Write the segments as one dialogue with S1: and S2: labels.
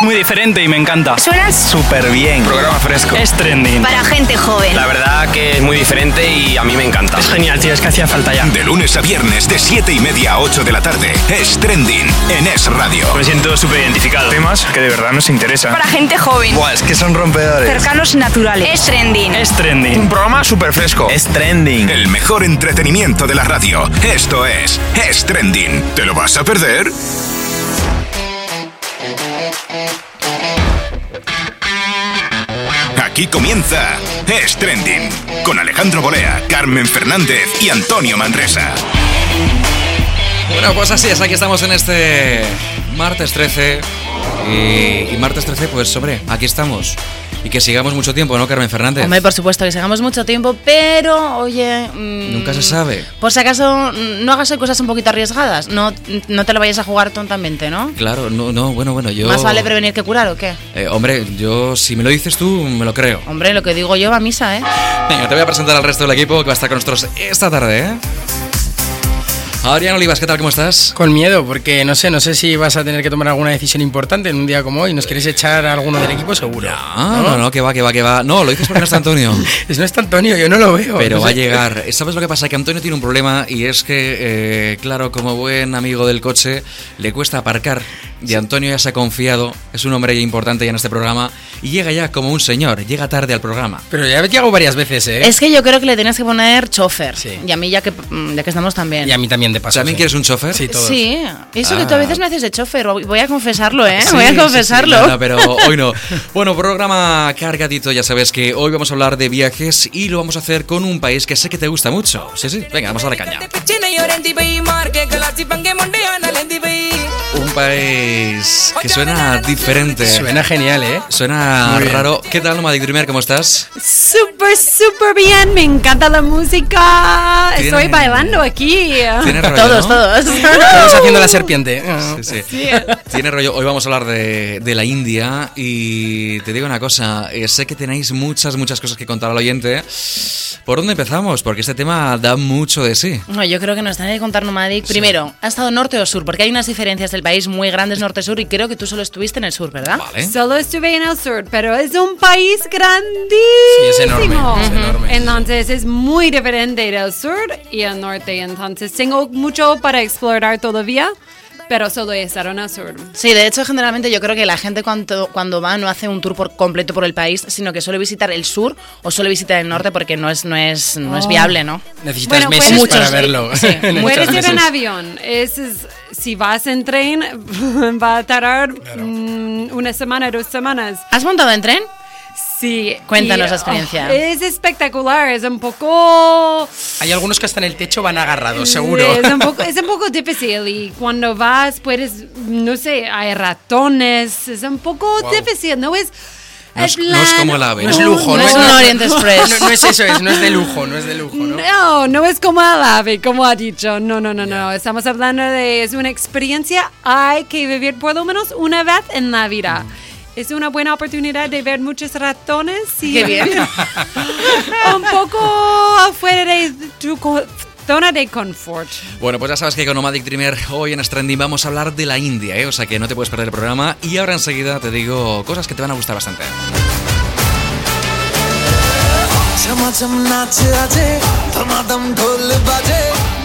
S1: Muy diferente y me encanta.
S2: Suena
S3: Súper bien.
S4: Programa fresco.
S1: Es trending.
S2: para gente joven.
S4: La verdad que es muy diferente y a mí me encanta.
S1: Es genial, tío, es que hacía falta ya.
S5: De lunes a viernes de 7 y media a 8 de la tarde. Es trending en Es Radio.
S1: Me siento súper identificado.
S6: Temas que de verdad nos interesan.
S2: Para gente joven.
S3: Buah, es que son rompedores.
S2: Cercanos y naturales. Es trending.
S1: Es trending.
S6: Un programa súper fresco.
S3: Es trending.
S5: El mejor entretenimiento de la radio. Esto es Es Trending. ¿Te lo vas a perder? Aquí comienza Es Trending con Alejandro Bolea, Carmen Fernández y Antonio Manresa.
S4: Bueno, pues así es, aquí estamos en este martes 13. Y, y martes 13, pues hombre, aquí estamos. Y que sigamos mucho tiempo, ¿no, Carmen Fernández?
S7: Hombre, pues, por supuesto que sigamos mucho tiempo, pero oye. mm,
S4: Nunca se sabe.
S7: Por si acaso, mm, no hagas hoy cosas un poquito arriesgadas. No, no te lo vayas a jugar tontamente, ¿no?
S4: Claro, no, no, bueno, bueno, yo...
S7: Más vale prevenir que curar, ¿o qué?
S4: Eh, hombre, yo, si me lo dices tú, me lo creo.
S7: Hombre, lo que digo yo va a misa, ¿eh?
S4: Venga, te voy a presentar al resto del equipo que va a estar con nosotros esta tarde, ¿eh? Adrián Olivas, ¿qué tal? ¿Cómo estás?
S8: Con miedo, porque no sé, no sé si vas a tener que tomar alguna decisión importante en un día como hoy. ¿Nos queréis echar a alguno del equipo? Seguro.
S4: Ah, no, no, que va, que va, que va. No, lo dices porque no está Antonio.
S8: Es, no está Antonio, yo no lo veo.
S4: Pero
S8: No
S4: va a
S8: sé.
S4: llegar. ¿Sabes lo que pasa? Que Antonio tiene un problema y es que, eh, claro, como buen amigo del coche, le cuesta aparcar. Y Antonio ya se ha confiado, es un hombre ya importante ya en este programa y llega ya como un señor, llega tarde al programa.
S8: Pero ya he llegado varias veces, ¿eh?
S7: Es que yo creo que le tenías que poner chofer.
S8: Sí.
S7: Y a mí, ya que, mm, ya que estamos también.
S8: Y a mí también, de paso.
S4: ¿También
S8: sí.
S4: quieres un chofer?
S8: Sí, todos.
S7: Sí, y eso que tú
S4: Ah.
S7: a veces me haces de chofer, voy a confesarlo, ¿eh?
S4: Sí,
S7: voy
S4: sí,
S7: a
S4: sí,
S7: confesarlo.
S4: no, no, pero hoy no. Bueno, programa cargadito, ya sabes que hoy vamos a hablar de viajes y lo vamos a hacer con un país que sé que te gusta mucho. Sí, sí, venga, vamos a la caña. Un país que suena diferente.
S8: Suena genial, ¿eh?
S4: Suena raro. ¿Qué tal, Nomadic Dreamer? ¿Cómo estás?
S9: Súper, súper bien. Me encanta la música.
S4: Tiene-
S9: Estoy bailando aquí.
S4: ¿Tienes rollo,
S7: Todos,
S4: no?
S7: todos.
S8: Estamos haciendo la serpiente.
S4: Sí, sí. Tiene rollo. Hoy vamos a hablar de, de la India y te digo una cosa. eh, sé que tenéis muchas, muchas cosas que contar al oyente. ¿Por dónde empezamos? Porque este tema da mucho de sí.
S7: No, yo creo que nos tenés que contar Nomadic. Primero, ¿has estado norte o sur? Porque hay unas diferencias del país muy grandes norte-sur y creo que tú solo estuviste en el sur, ¿verdad?
S8: ¿Eh?
S4: Vale.
S9: Solo estuve en el sur, pero es un país grandísimo.
S8: es enorme, es enorme.
S9: Entonces es muy diferente del sur y el norte. Entonces tengo mucho para explorar todavía, pero solo he estado en el sur.
S7: Sí, de hecho, generalmente yo creo que la gente cuando, cuando va no hace un tour por completo por el país, sino que suele visitar el sur o suele visitar el norte porque no es, no es, no es viable, ¿no?
S8: Ah. Necesitas
S9: Bueno,
S8: meses
S9: puedes-
S8: para
S9: Muchos,
S8: verlo.
S7: sí,
S8: Necesitas
S9: Puedes ir en
S8: meses.
S9: avión. Ese es- si vas en tren, va a tardar mm, una semana, dos semanas.
S7: ¿Has montado en tren?
S9: Sí.
S7: Cuéntanos
S9: y,
S7: la experiencia.
S9: oh, es espectacular, es un poco...
S8: Hay algunos que hasta en el techo van agarrados, seguro.
S9: Eh, Es un poco, es un poco difícil y cuando vas puedes, no sé, hay ratones, es un poco difícil, no es...
S4: No es-
S9: el
S4: no es
S9: plan
S4: como el ave,
S8: No es lujo,
S7: No es un Orient Express.
S8: No, no es eso, es, no es de lujo, no es de lujo, ¿no?
S9: No, no es como el ave, como ha dicho. No, no, no, no. Estamos hablando de es una experiencia hay que vivir por lo menos una vez en la vida. Es una buena oportunidad de ver muchos ratones y
S7: Qué bien.
S9: un poco afuera de tu co- zona de confort.
S4: Bueno, pues ya sabes que con Nomadic Dreamer hoy en Stranding vamos a hablar de la India, ¿eh? o sea que no te puedes perder el programa. Y ahora enseguida te digo cosas que te van a gustar bastante.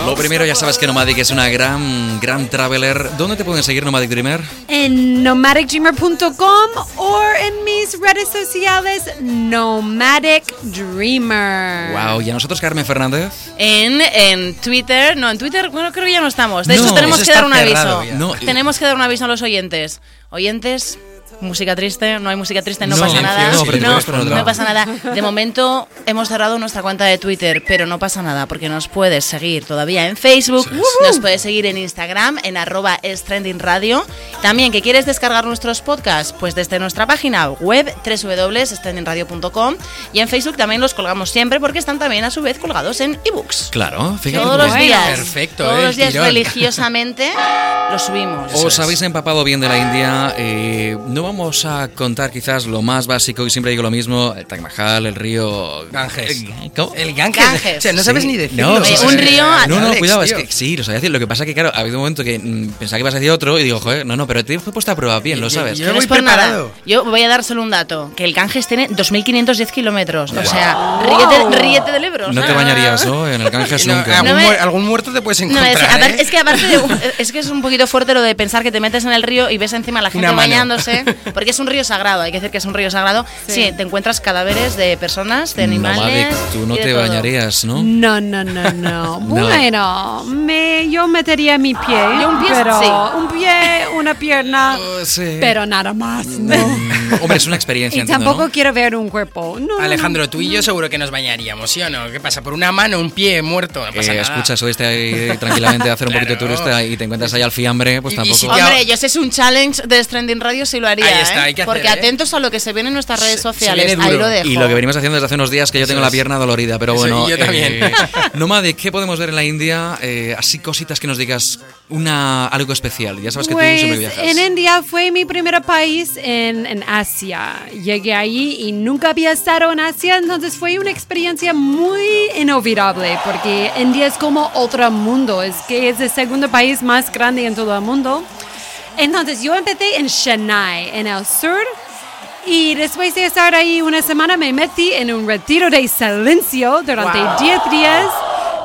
S4: Lo primero, ya sabes que Nomadic es una gran, gran traveler. ¿Dónde te pueden seguir Nomadic Dreamer?
S9: en nomadicdreamer.com o en mis redes sociales Nomadic Dreamer.
S4: Wow, y a nosotros Carmen Fernández.
S7: En, en Twitter, no, en Twitter, bueno, creo que ya no estamos. De
S4: No,
S7: hecho, tenemos
S8: eso
S7: que
S8: está
S7: dar un
S8: cerrado
S7: aviso.
S8: ya.
S4: No, y-
S7: tenemos que dar un aviso a los oyentes. Oyentes, música triste, no hay música triste, no,
S4: No,
S7: pasa
S4: silencio,
S7: nada.
S4: no, pero tenemos que poner otra.
S7: no pasa nada. De momento hemos cerrado nuestra cuenta de Twitter, pero no pasa nada porque nos puedes seguir todavía en Facebook, nos puedes seguir en Instagram, en arroba es trending radio. También que quieres descargar nuestros podcasts, pues desde nuestra página web www.strandingradio.com y en Facebook también los colgamos siempre porque están también a su vez colgados en ebooks.
S4: Claro, fíjate.
S7: Todos
S4: tú.
S7: los días.
S8: Perfecto,
S7: Todos
S8: eh,
S7: los días
S8: tirón.
S7: religiosamente lo subimos.
S4: Os habéis empapado bien de la India. eh, no vamos a contar quizás lo más básico y siempre digo lo mismo, el Taj Mahal, el río
S8: Ganges.
S4: ¿Cómo?
S8: El Ganges.
S7: Ganges.
S8: O sea, no sabes ni decirlo.
S4: No,
S8: o
S7: sí,
S8: sea,
S7: sí, un río-
S4: No, no,
S8: Alex,
S4: cuidado, es
S8: tío.
S4: que sí, lo sabía decir. Lo que pasa que, claro, ha habido un momento que mm, pensaba que ibas a decir otro y digo, joder, no, no, pero te he puesto a prueba bien, lo
S8: Yo-
S4: sabes.
S8: yo-
S7: Que no
S8: voy
S7: es por
S8: preparado.
S7: nada. Yo voy a dar solo un dato: que el Ganges tiene 2.510 kilómetros. O
S4: Wow.
S7: sea, ríete, ríete del Ebro.
S4: No
S7: o
S4: te
S7: sea.
S4: bañarías, ¿no? En el Ganges
S8: No,
S4: nunca.
S8: algún,
S7: No me-
S8: muer- algún muerto te puedes
S7: No,
S8: encontrar.
S7: es,
S8: ¿eh?
S7: aparte- es que aparte de- es que es un poquito fuerte lo de pensar que te metes en el río y ves encima a la gente
S8: Una mano.
S7: bañándose, porque es un río sagrado, hay que decir que es un río sagrado. Sí, te encuentras cadáveres de personas, de
S4: No,
S7: animales.
S4: Mavic, tú no
S7: y de
S4: te
S7: todo.
S4: bañarías, ¿no?
S9: No, no, no, no. Bueno, me, yo metería mi pie.
S7: Yo un pie,
S9: pero
S7: sí.
S9: un pie, una pierna,
S4: Oh,
S8: Eh,
S4: sí.
S9: pero nada más. ¿no?
S4: Mm, Hombre, es una experiencia.
S9: y
S4: entiendo,
S9: tampoco
S4: ¿no?
S9: quiero ver un cuerpo. No, no, no.
S8: Alejandro, tú y yo seguro que nos bañaríamos, ¿sí o no? ¿Qué pasa? ¿Por una mano, un pie muerto? No pasa
S4: Eh,
S8: nada.
S4: escuchas, oíste ahí tranquilamente a hacer un poquito de
S8: Claro.
S4: turista y te encuentras ahí al fiambre, pues
S8: Y- y
S4: tampoco.
S8: si te-
S7: Hombre, yo sé si un challenge de Stranding Radio sí lo haría,
S8: Ahí está,
S7: ¿eh?
S8: hay que
S7: porque
S8: hacer, ¿eh?
S7: atentos a lo que se viene en nuestras redes
S8: se
S7: sociales,
S8: viene
S7: ahí
S8: duro.
S7: lo dejo.
S4: Y lo que venimos haciendo desde hace unos días que yo tengo
S8: Eso
S4: la
S8: es.
S4: pierna dolorida, pero
S8: Eso,
S4: bueno.
S8: y yo también.
S4: Nomade, ¿qué podemos ver en la India? Eh, así cositas que nos digas una algo especial. Ya sabes que tú siempre
S9: Pues
S4: viajas.
S9: en India fue mi primer país en, en Asia. Llegué ahí y nunca había estado en Asia, entonces fue una experiencia muy inolvidable porque India es como otro mundo, es que es el segundo país más grande en todo el mundo. Entonces yo empecé en Chennai, en el sur, y después de estar ahí una semana me metí en un retiro de silencio durante 10 días,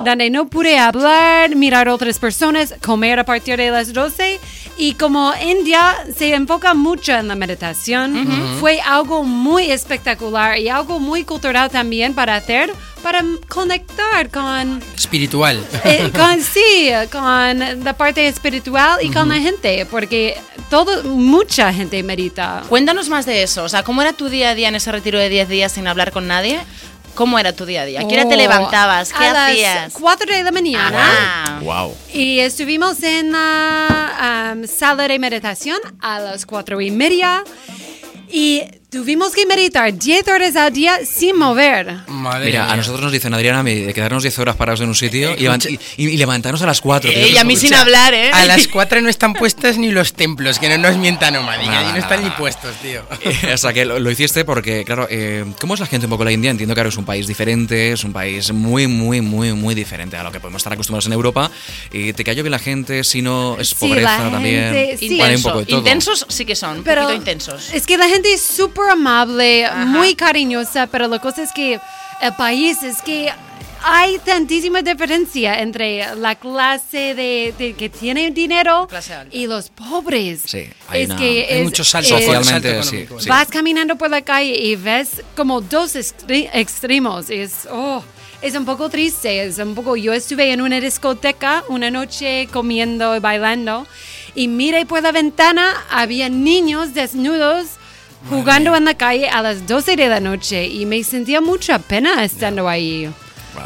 S9: donde no pude hablar, mirar otras personas, comer a partir de las 12. Y como India se enfoca mucho en la meditación, fue algo muy espectacular y algo muy cultural también para hacer, para conectar con
S8: Espiritual.
S9: eh, con sí, con la parte espiritual y con la gente, porque todo, mucha gente medita.
S7: Cuéntanos más de eso, o sea, ¿cómo era tu día a día en ese retiro de 10 días sin hablar con nadie? ¿Cómo era tu día a día? ¿A qué hora te
S9: Oh,
S7: levantabas? ¿Qué
S9: a las
S7: hacías?
S9: 4 de la mañana.
S7: Ah,
S9: Y estuvimos en la am, sala de meditación a las cuatro y media. Y tuvimos que meditar 10 horas al día sin mover.
S8: Madre
S4: Mira,
S8: mía. Eh,
S4: a nosotros nos dicen, Adriana, me- de quedarnos 10 horas parados en un sitio y, levan- y- y levantarnos a las 4.
S7: Eh, y a mí sin hablar, ¿eh?
S8: A las cuatro no están puestas ni los templos, que no nos mientan nomás.
S4: Nada,
S8: Allí no están ni
S4: nada. Eh,
S8: puestos, tío.
S4: o sea que lo, lo hiciste porque, claro, eh, ¿cómo es la gente un poco en la India? Entiendo que ahora es un país diferente, es un país muy, muy, muy, muy diferente a lo que podemos estar acostumbrados en Europa. Y te cayó bien la gente, si no es
S9: Sí,
S4: pobreza
S9: la
S4: también.
S9: gente- sí.
S4: Vale, un
S7: Intenso.
S4: poco de todo.
S7: Intensos sí que son, un
S9: pero
S7: poquito intensos.
S9: Es que la gente es súper amable, muy cariñosa, pero la cosa es que el país es que hay tantísima diferencia entre la clase de, de que tiene dinero
S7: Clase alta.
S9: y los pobres.
S4: Sí, hay
S9: es
S4: una-
S9: que
S8: hay
S9: es- eh,
S8: muchos saltos
S9: es-
S8: sociales.
S4: Socialmente,
S8: Salto
S4: sí,
S8: económico. ¿eh?
S4: sí.
S9: Vas caminando por la calle y ves como dos extre- extremos. Es, oh, es un poco triste, es un poco... Yo estuve en una discoteca una noche comiendo y bailando y miré por la ventana, había niños desnudos jugando en la calle a las 12 de la noche y me sentía mucha pena estando ahí.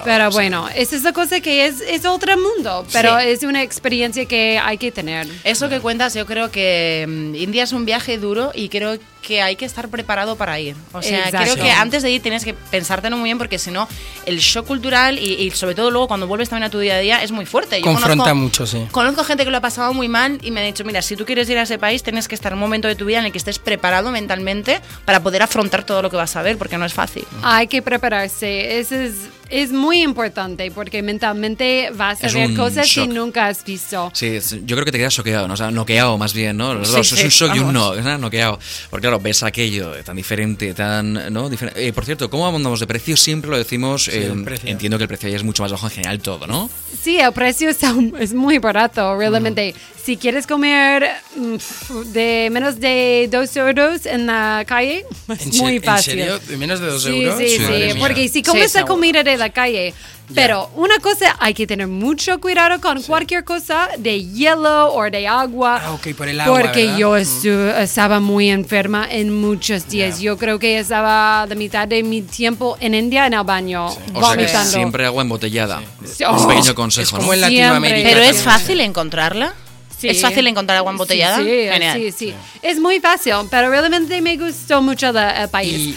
S9: pero bueno, esa es la cosa que es, es otro mundo, pero
S7: Sí.
S9: es una experiencia que hay que tener.
S7: Eso que cuentas, yo creo que mm, India es un viaje duro y creo que hay que estar preparado para ir. O sea,
S9: Exacto.
S7: creo que antes de ir tienes que pensártelo muy bien porque si no, el shock cultural y, y sobre todo luego cuando vuelves también a tu día a día es muy fuerte. Yo
S8: Confronta
S7: conozco-
S8: mucho, sí.
S7: Conozco gente que lo ha pasado muy mal y me ha dicho, mira, si tú quieres ir a ese país tienes que estar en un momento de tu vida en el que estés preparado mentalmente para poder afrontar todo lo que vas a ver porque no es fácil.
S9: Hay que prepararse, eso es, es muy importante porque mentalmente vas a
S4: Es
S9: ver
S4: un
S9: cosas
S4: shock.
S9: que nunca has visto.
S4: Sí, es- yo creo que te quedas choqueado, ¿no? O sea, noqueado más bien, ¿no? Los
S7: Sí,
S4: dos, es
S7: sí,
S4: un shock y un no,
S7: vamos.
S4: ¿no? noqueado. Porque claro, ves aquello tan diferente, tan, ¿no? Difer- eh, por cierto, ¿cómo andamos de precio? Siempre lo decimos, eh,
S8: el precio.
S4: entiendo que el precio ahí es mucho más bajo en general todo, ¿no?
S9: Sí, el precio está- es muy barato, realmente. Si quieres comer mm, pf, de menos de 2 euros en la calle,
S8: ¿En
S9: es
S8: se-
S9: muy
S8: en
S9: fácil.
S8: serio? ¿De menos de dos
S9: Sí,
S8: euros?
S9: Sí, sí,
S8: Madre mía.
S9: porque si comes la
S7: seguro.
S9: comida de la calle, pero una cosa, hay que tener mucho cuidado con cualquier cosa de hielo o de agua.
S8: Ah, ok, por el agua,
S9: Porque
S8: ¿verdad?
S9: yo estu- estaba muy enferma en muchos días. Yo creo que estaba la mitad de mi tiempo en India en el baño,
S4: O sea que
S9: vomitando. Oh.
S4: siempre agua embotellada.
S9: Sí.
S4: Un pequeño
S8: Es
S4: consejo,
S8: como en
S4: ¿no?
S9: Siempre.
S8: Latinoamérica.
S7: Pero
S9: Sí,
S7: es
S9: sí.
S7: fácil encontrarla.
S9: Sí.
S7: ¿Es fácil encontrar agua embotellada?
S9: Sí, sí,
S7: Genial.
S9: sí, sí. Es muy fácil, pero realmente me gustó mucho la- el país.
S8: Y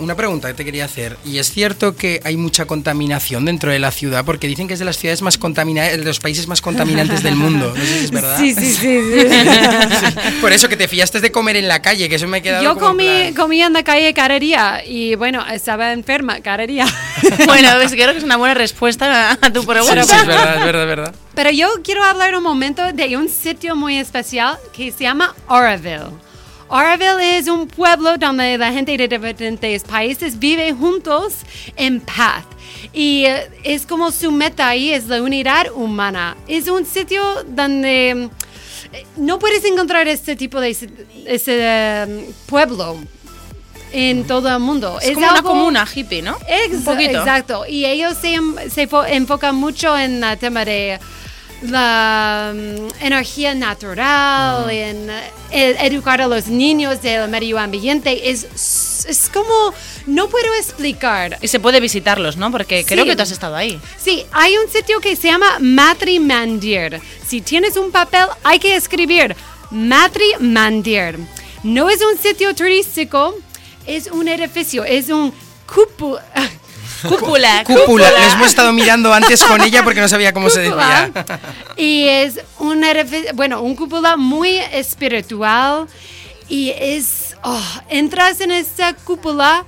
S8: una pregunta que te quería hacer. Y es cierto que hay mucha contaminación dentro de la ciudad, porque dicen que es de las ciudades más contaminadas, de los países más contaminantes del mundo. No sé si es verdad.
S9: Sí, sí, sí. sí.
S8: Por eso que te fiaste de comer en la calle, que eso me ha quedado.
S9: Yo
S8: como en
S9: comí,
S8: plan-
S9: comía en la calle cada día y bueno, estaba enferma cada día.
S7: Bueno, pues creo que es una buena respuesta a tu pregunta.
S8: Sí, sí, es verdad, es verdad, es verdad.
S9: Pero yo quiero hablar un momento de un sitio muy especial que se llama Oroville. Oroville es un pueblo donde la gente de diferentes países vive juntos en paz. Y eh, es como su meta ahí es la unidad humana. Es un sitio donde mm, eh, no puedes encontrar este tipo de si- ese, eh, pueblo en todo el mundo.
S7: Es como una
S9: algo-
S7: comuna hippie, ¿no?
S9: Ex-
S7: Un poquito.
S9: Exacto. Y ellos se, em- se fo- enfocan mucho en el tema de la mm, energía natural, en eh, e- educar a los niños del medio ambiente. Es, es como, no puedo explicar.
S7: Y se puede visitarlos, ¿no? Porque creo
S9: Sí.
S7: que tú has estado ahí.
S9: Sí, hay un sitio que se llama Matri Mandir. Si tienes un papel, hay que escribir Matri Mandir. No es un sitio turístico, es un edificio, es un cupo.
S7: Cúpula.
S8: Cúpula. Les hemos estado mirando antes con ella porque no sabía cómo se decía.
S9: cúpula. Y es un edifi- bueno, un cúpula muy espiritual y es oh, entras en esta cúpula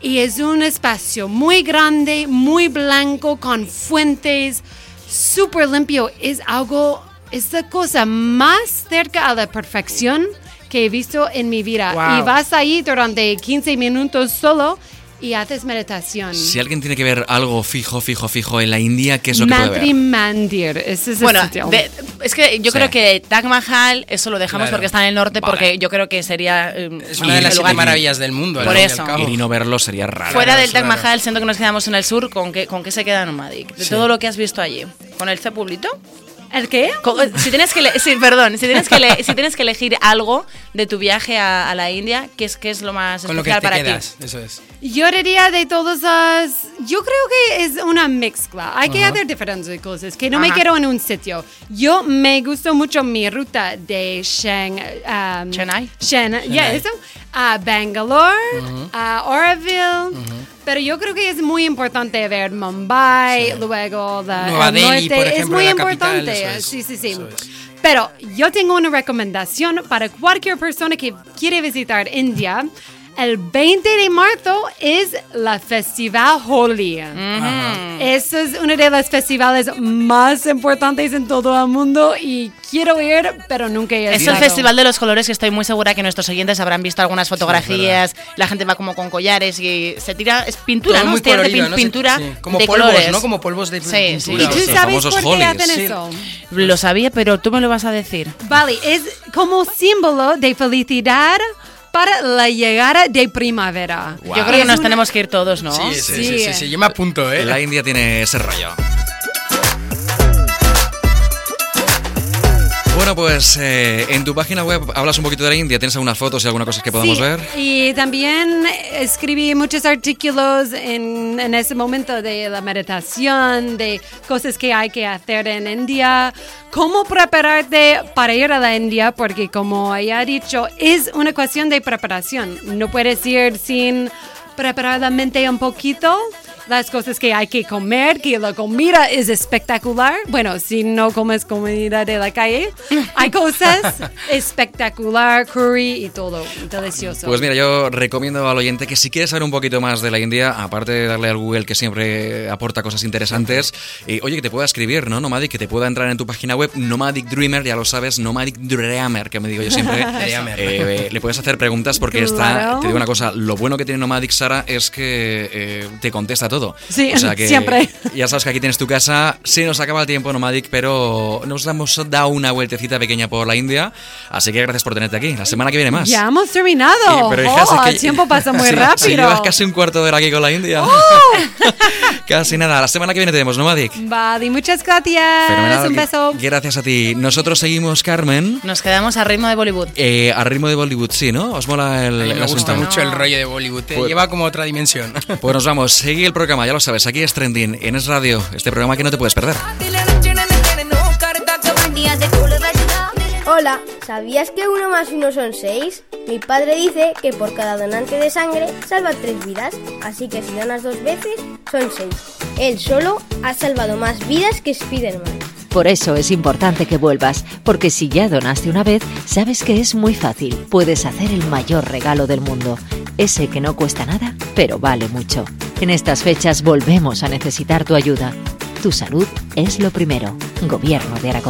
S9: y es un espacio muy grande, muy blanco con fuentes, súper limpio, es algo es la cosa más cerca a la perfección que he visto en mi vida.
S8: Wow.
S9: Y vas ahí durante 15 minutos solo y haces meditación.
S4: Si alguien tiene que ver algo fijo, fijo, fijo en la India, ¿qué es lo que puede
S9: Mantri
S4: ver?
S9: Mandir, ese es el
S7: Bueno,
S9: sitio.
S7: de- es que yo
S4: Sí.
S7: creo que Taj Mahal, eso lo dejamos
S8: Claro.
S7: porque está en el norte,
S4: Vale.
S7: porque yo creo que sería eh,
S8: Es una de
S7: el
S8: las siete
S7: lugar
S8: maravillas del mundo. al
S7: Por
S8: fin y al
S7: eso.
S8: cabo.
S4: Ir y no verlo sería raro.
S7: Fuera del Taj
S8: claro.
S7: Mahal, siento que nos quedamos en el sur, ¿con qué, con qué se queda Nomadic? De todo lo que has visto allí. ¿Con el Cepulito?
S9: ¿El qué?
S7: Con- eh, Si tienes que, ele- sí, perdón, si tienes que, ele- si tienes que elegir algo de tu viaje a, a la India, ¿qué es, qué es lo más
S8: Con lo que
S7: especial
S8: te
S7: para
S8: quedas, eso es.
S9: Yo diría de todas las... Yo creo que es una mezcla. Hay que hacer diferentes cosas, que no me
S7: Ajá.
S9: quiero en un sitio. Yo me gustó mucho mi ruta de Shang, um,
S7: Chennai.
S9: Chennai, yeah, eso, a Bangalore, a Oroville. Pero yo creo que es muy importante ver Mumbai, luego la,
S8: Nueva
S9: el
S8: Delhi,
S9: norte.
S8: por
S9: es
S8: ejemplo,
S9: muy
S8: la capital,
S9: importante.
S8: eso es,
S9: sí, sí, sí.
S8: eso es.
S9: Pero yo tengo una recomendación para cualquier persona que quiere visitar India. El 20 de marzo es la Festival Holi.
S8: Mm.
S7: Mm.
S9: Eso es uno de los festivales más importantes en todo el mundo y quiero ir, pero nunca he
S7: Es el
S9: estado.
S7: Festival de los Colores que estoy muy segura que nuestros oyentes habrán visto algunas fotografías. la gente va como con collares y se tira. Es pintura,
S8: Todo
S7: ¿no?
S8: muy
S7: Es tirar de
S8: colorido,
S7: pin-
S8: ¿no? Sí,
S7: pintura.
S8: sí. Como
S7: de
S8: polvos,
S7: colores.
S8: ¿no? Como polvos de
S7: Sí, sí.
S9: ¿Y
S8: pintura.
S9: tú
S4: Los
S9: sabes
S4: famosos
S9: por qué
S4: holies.
S9: hacen
S8: Sí.
S9: eso?
S7: Lo sabía, pero tú me lo vas a decir.
S9: Vale, es como símbolo de felicidad para la llegada de primavera.
S7: Yo creo que
S9: Es
S7: nos
S9: una-
S7: tenemos que ir todos, ¿no?
S8: Sí, sí, sí, sí, sí, yo me apunto, ¿eh?
S4: La India tiene ese rollo. Bueno, pues eh, en tu página web hablas un poquito de la India. ¿Tienes algunas fotos y alguna cosa que podamos
S9: Sí,
S4: ver?
S9: Y también escribí muchos artículos en, en ese momento de la meditación, de cosas que hay que hacer en India, cómo prepararte para ir a la India, porque como ella ha dicho, es una cuestión de preparación. No puedes ir sin preparar la mente un poquito. Las cosas que hay que comer, que la comida es espectacular. Bueno, si no comes comida de la calle, hay cosas espectacular, curry y todo delicioso.
S4: Pues mira, yo recomiendo al oyente que si quieres saber un poquito más de la India, aparte de darle al Google que siempre aporta cosas interesantes, eh, oye, que te pueda escribir, ¿no? Nomadic, que te pueda entrar en tu página web, Nomadic Dreamer, ya lo sabes, Nomadic Dreamer, que me digo yo siempre.
S8: Dreamer.
S4: Eh, eh, le puedes hacer preguntas porque
S9: Claro.
S4: está, te digo una cosa, lo bueno que tiene Nomadic Sara es que eh, te contesta todo.
S9: Sí,
S4: O sea que
S9: siempre.
S4: Ya sabes que aquí tienes tu casa, se nos acaba el tiempo Nomadic, pero nos hemos dado una vueltecita pequeña por la India, así que gracias por tenerte aquí. La semana que viene más.
S9: Ya hemos terminado.
S4: Sí, pero hijas,
S9: Oh,
S4: es que-
S9: el tiempo pasa muy
S4: Sí,
S9: rápido. Oh.
S4: sí, llevas casi un cuarto de hora aquí con la India. casi nada. La semana que viene tenemos Nomadic.
S9: Vale, muchas gracias.
S4: Fenomenal.
S9: Un beso.
S4: Gracias a ti. Nosotros seguimos, Carmen.
S7: Nos quedamos a ritmo de Bollywood.
S4: Eh, al ritmo de Bollywood, sí, ¿no? ¿Os mola el, el
S8: Me gusta
S4: asunto?
S8: mucho el rollo de Bollywood. Te
S4: Pues-
S8: lleva como a otra dimensión.
S4: Pues nos vamos. Seguí el programa, ya lo sabes. Aquí es Trending, en Es Radio. Este programa que no te puedes perder.
S10: Hola, Hola, ¿sabías que uno más uno son seis? Mi padre dice que por cada donante de sangre salva tres vidas, así que si donas dos veces son seis. Él solo ha salvado más vidas que Spiderman.
S11: Por eso es importante que vuelvas, porque si ya donaste una vez, sabes que es muy fácil. Puedes hacer el mayor regalo del mundo, ese que no cuesta nada, pero vale mucho. En estas fechas volvemos a necesitar tu ayuda. Tu salud es lo primero. Gobierno de Aragón.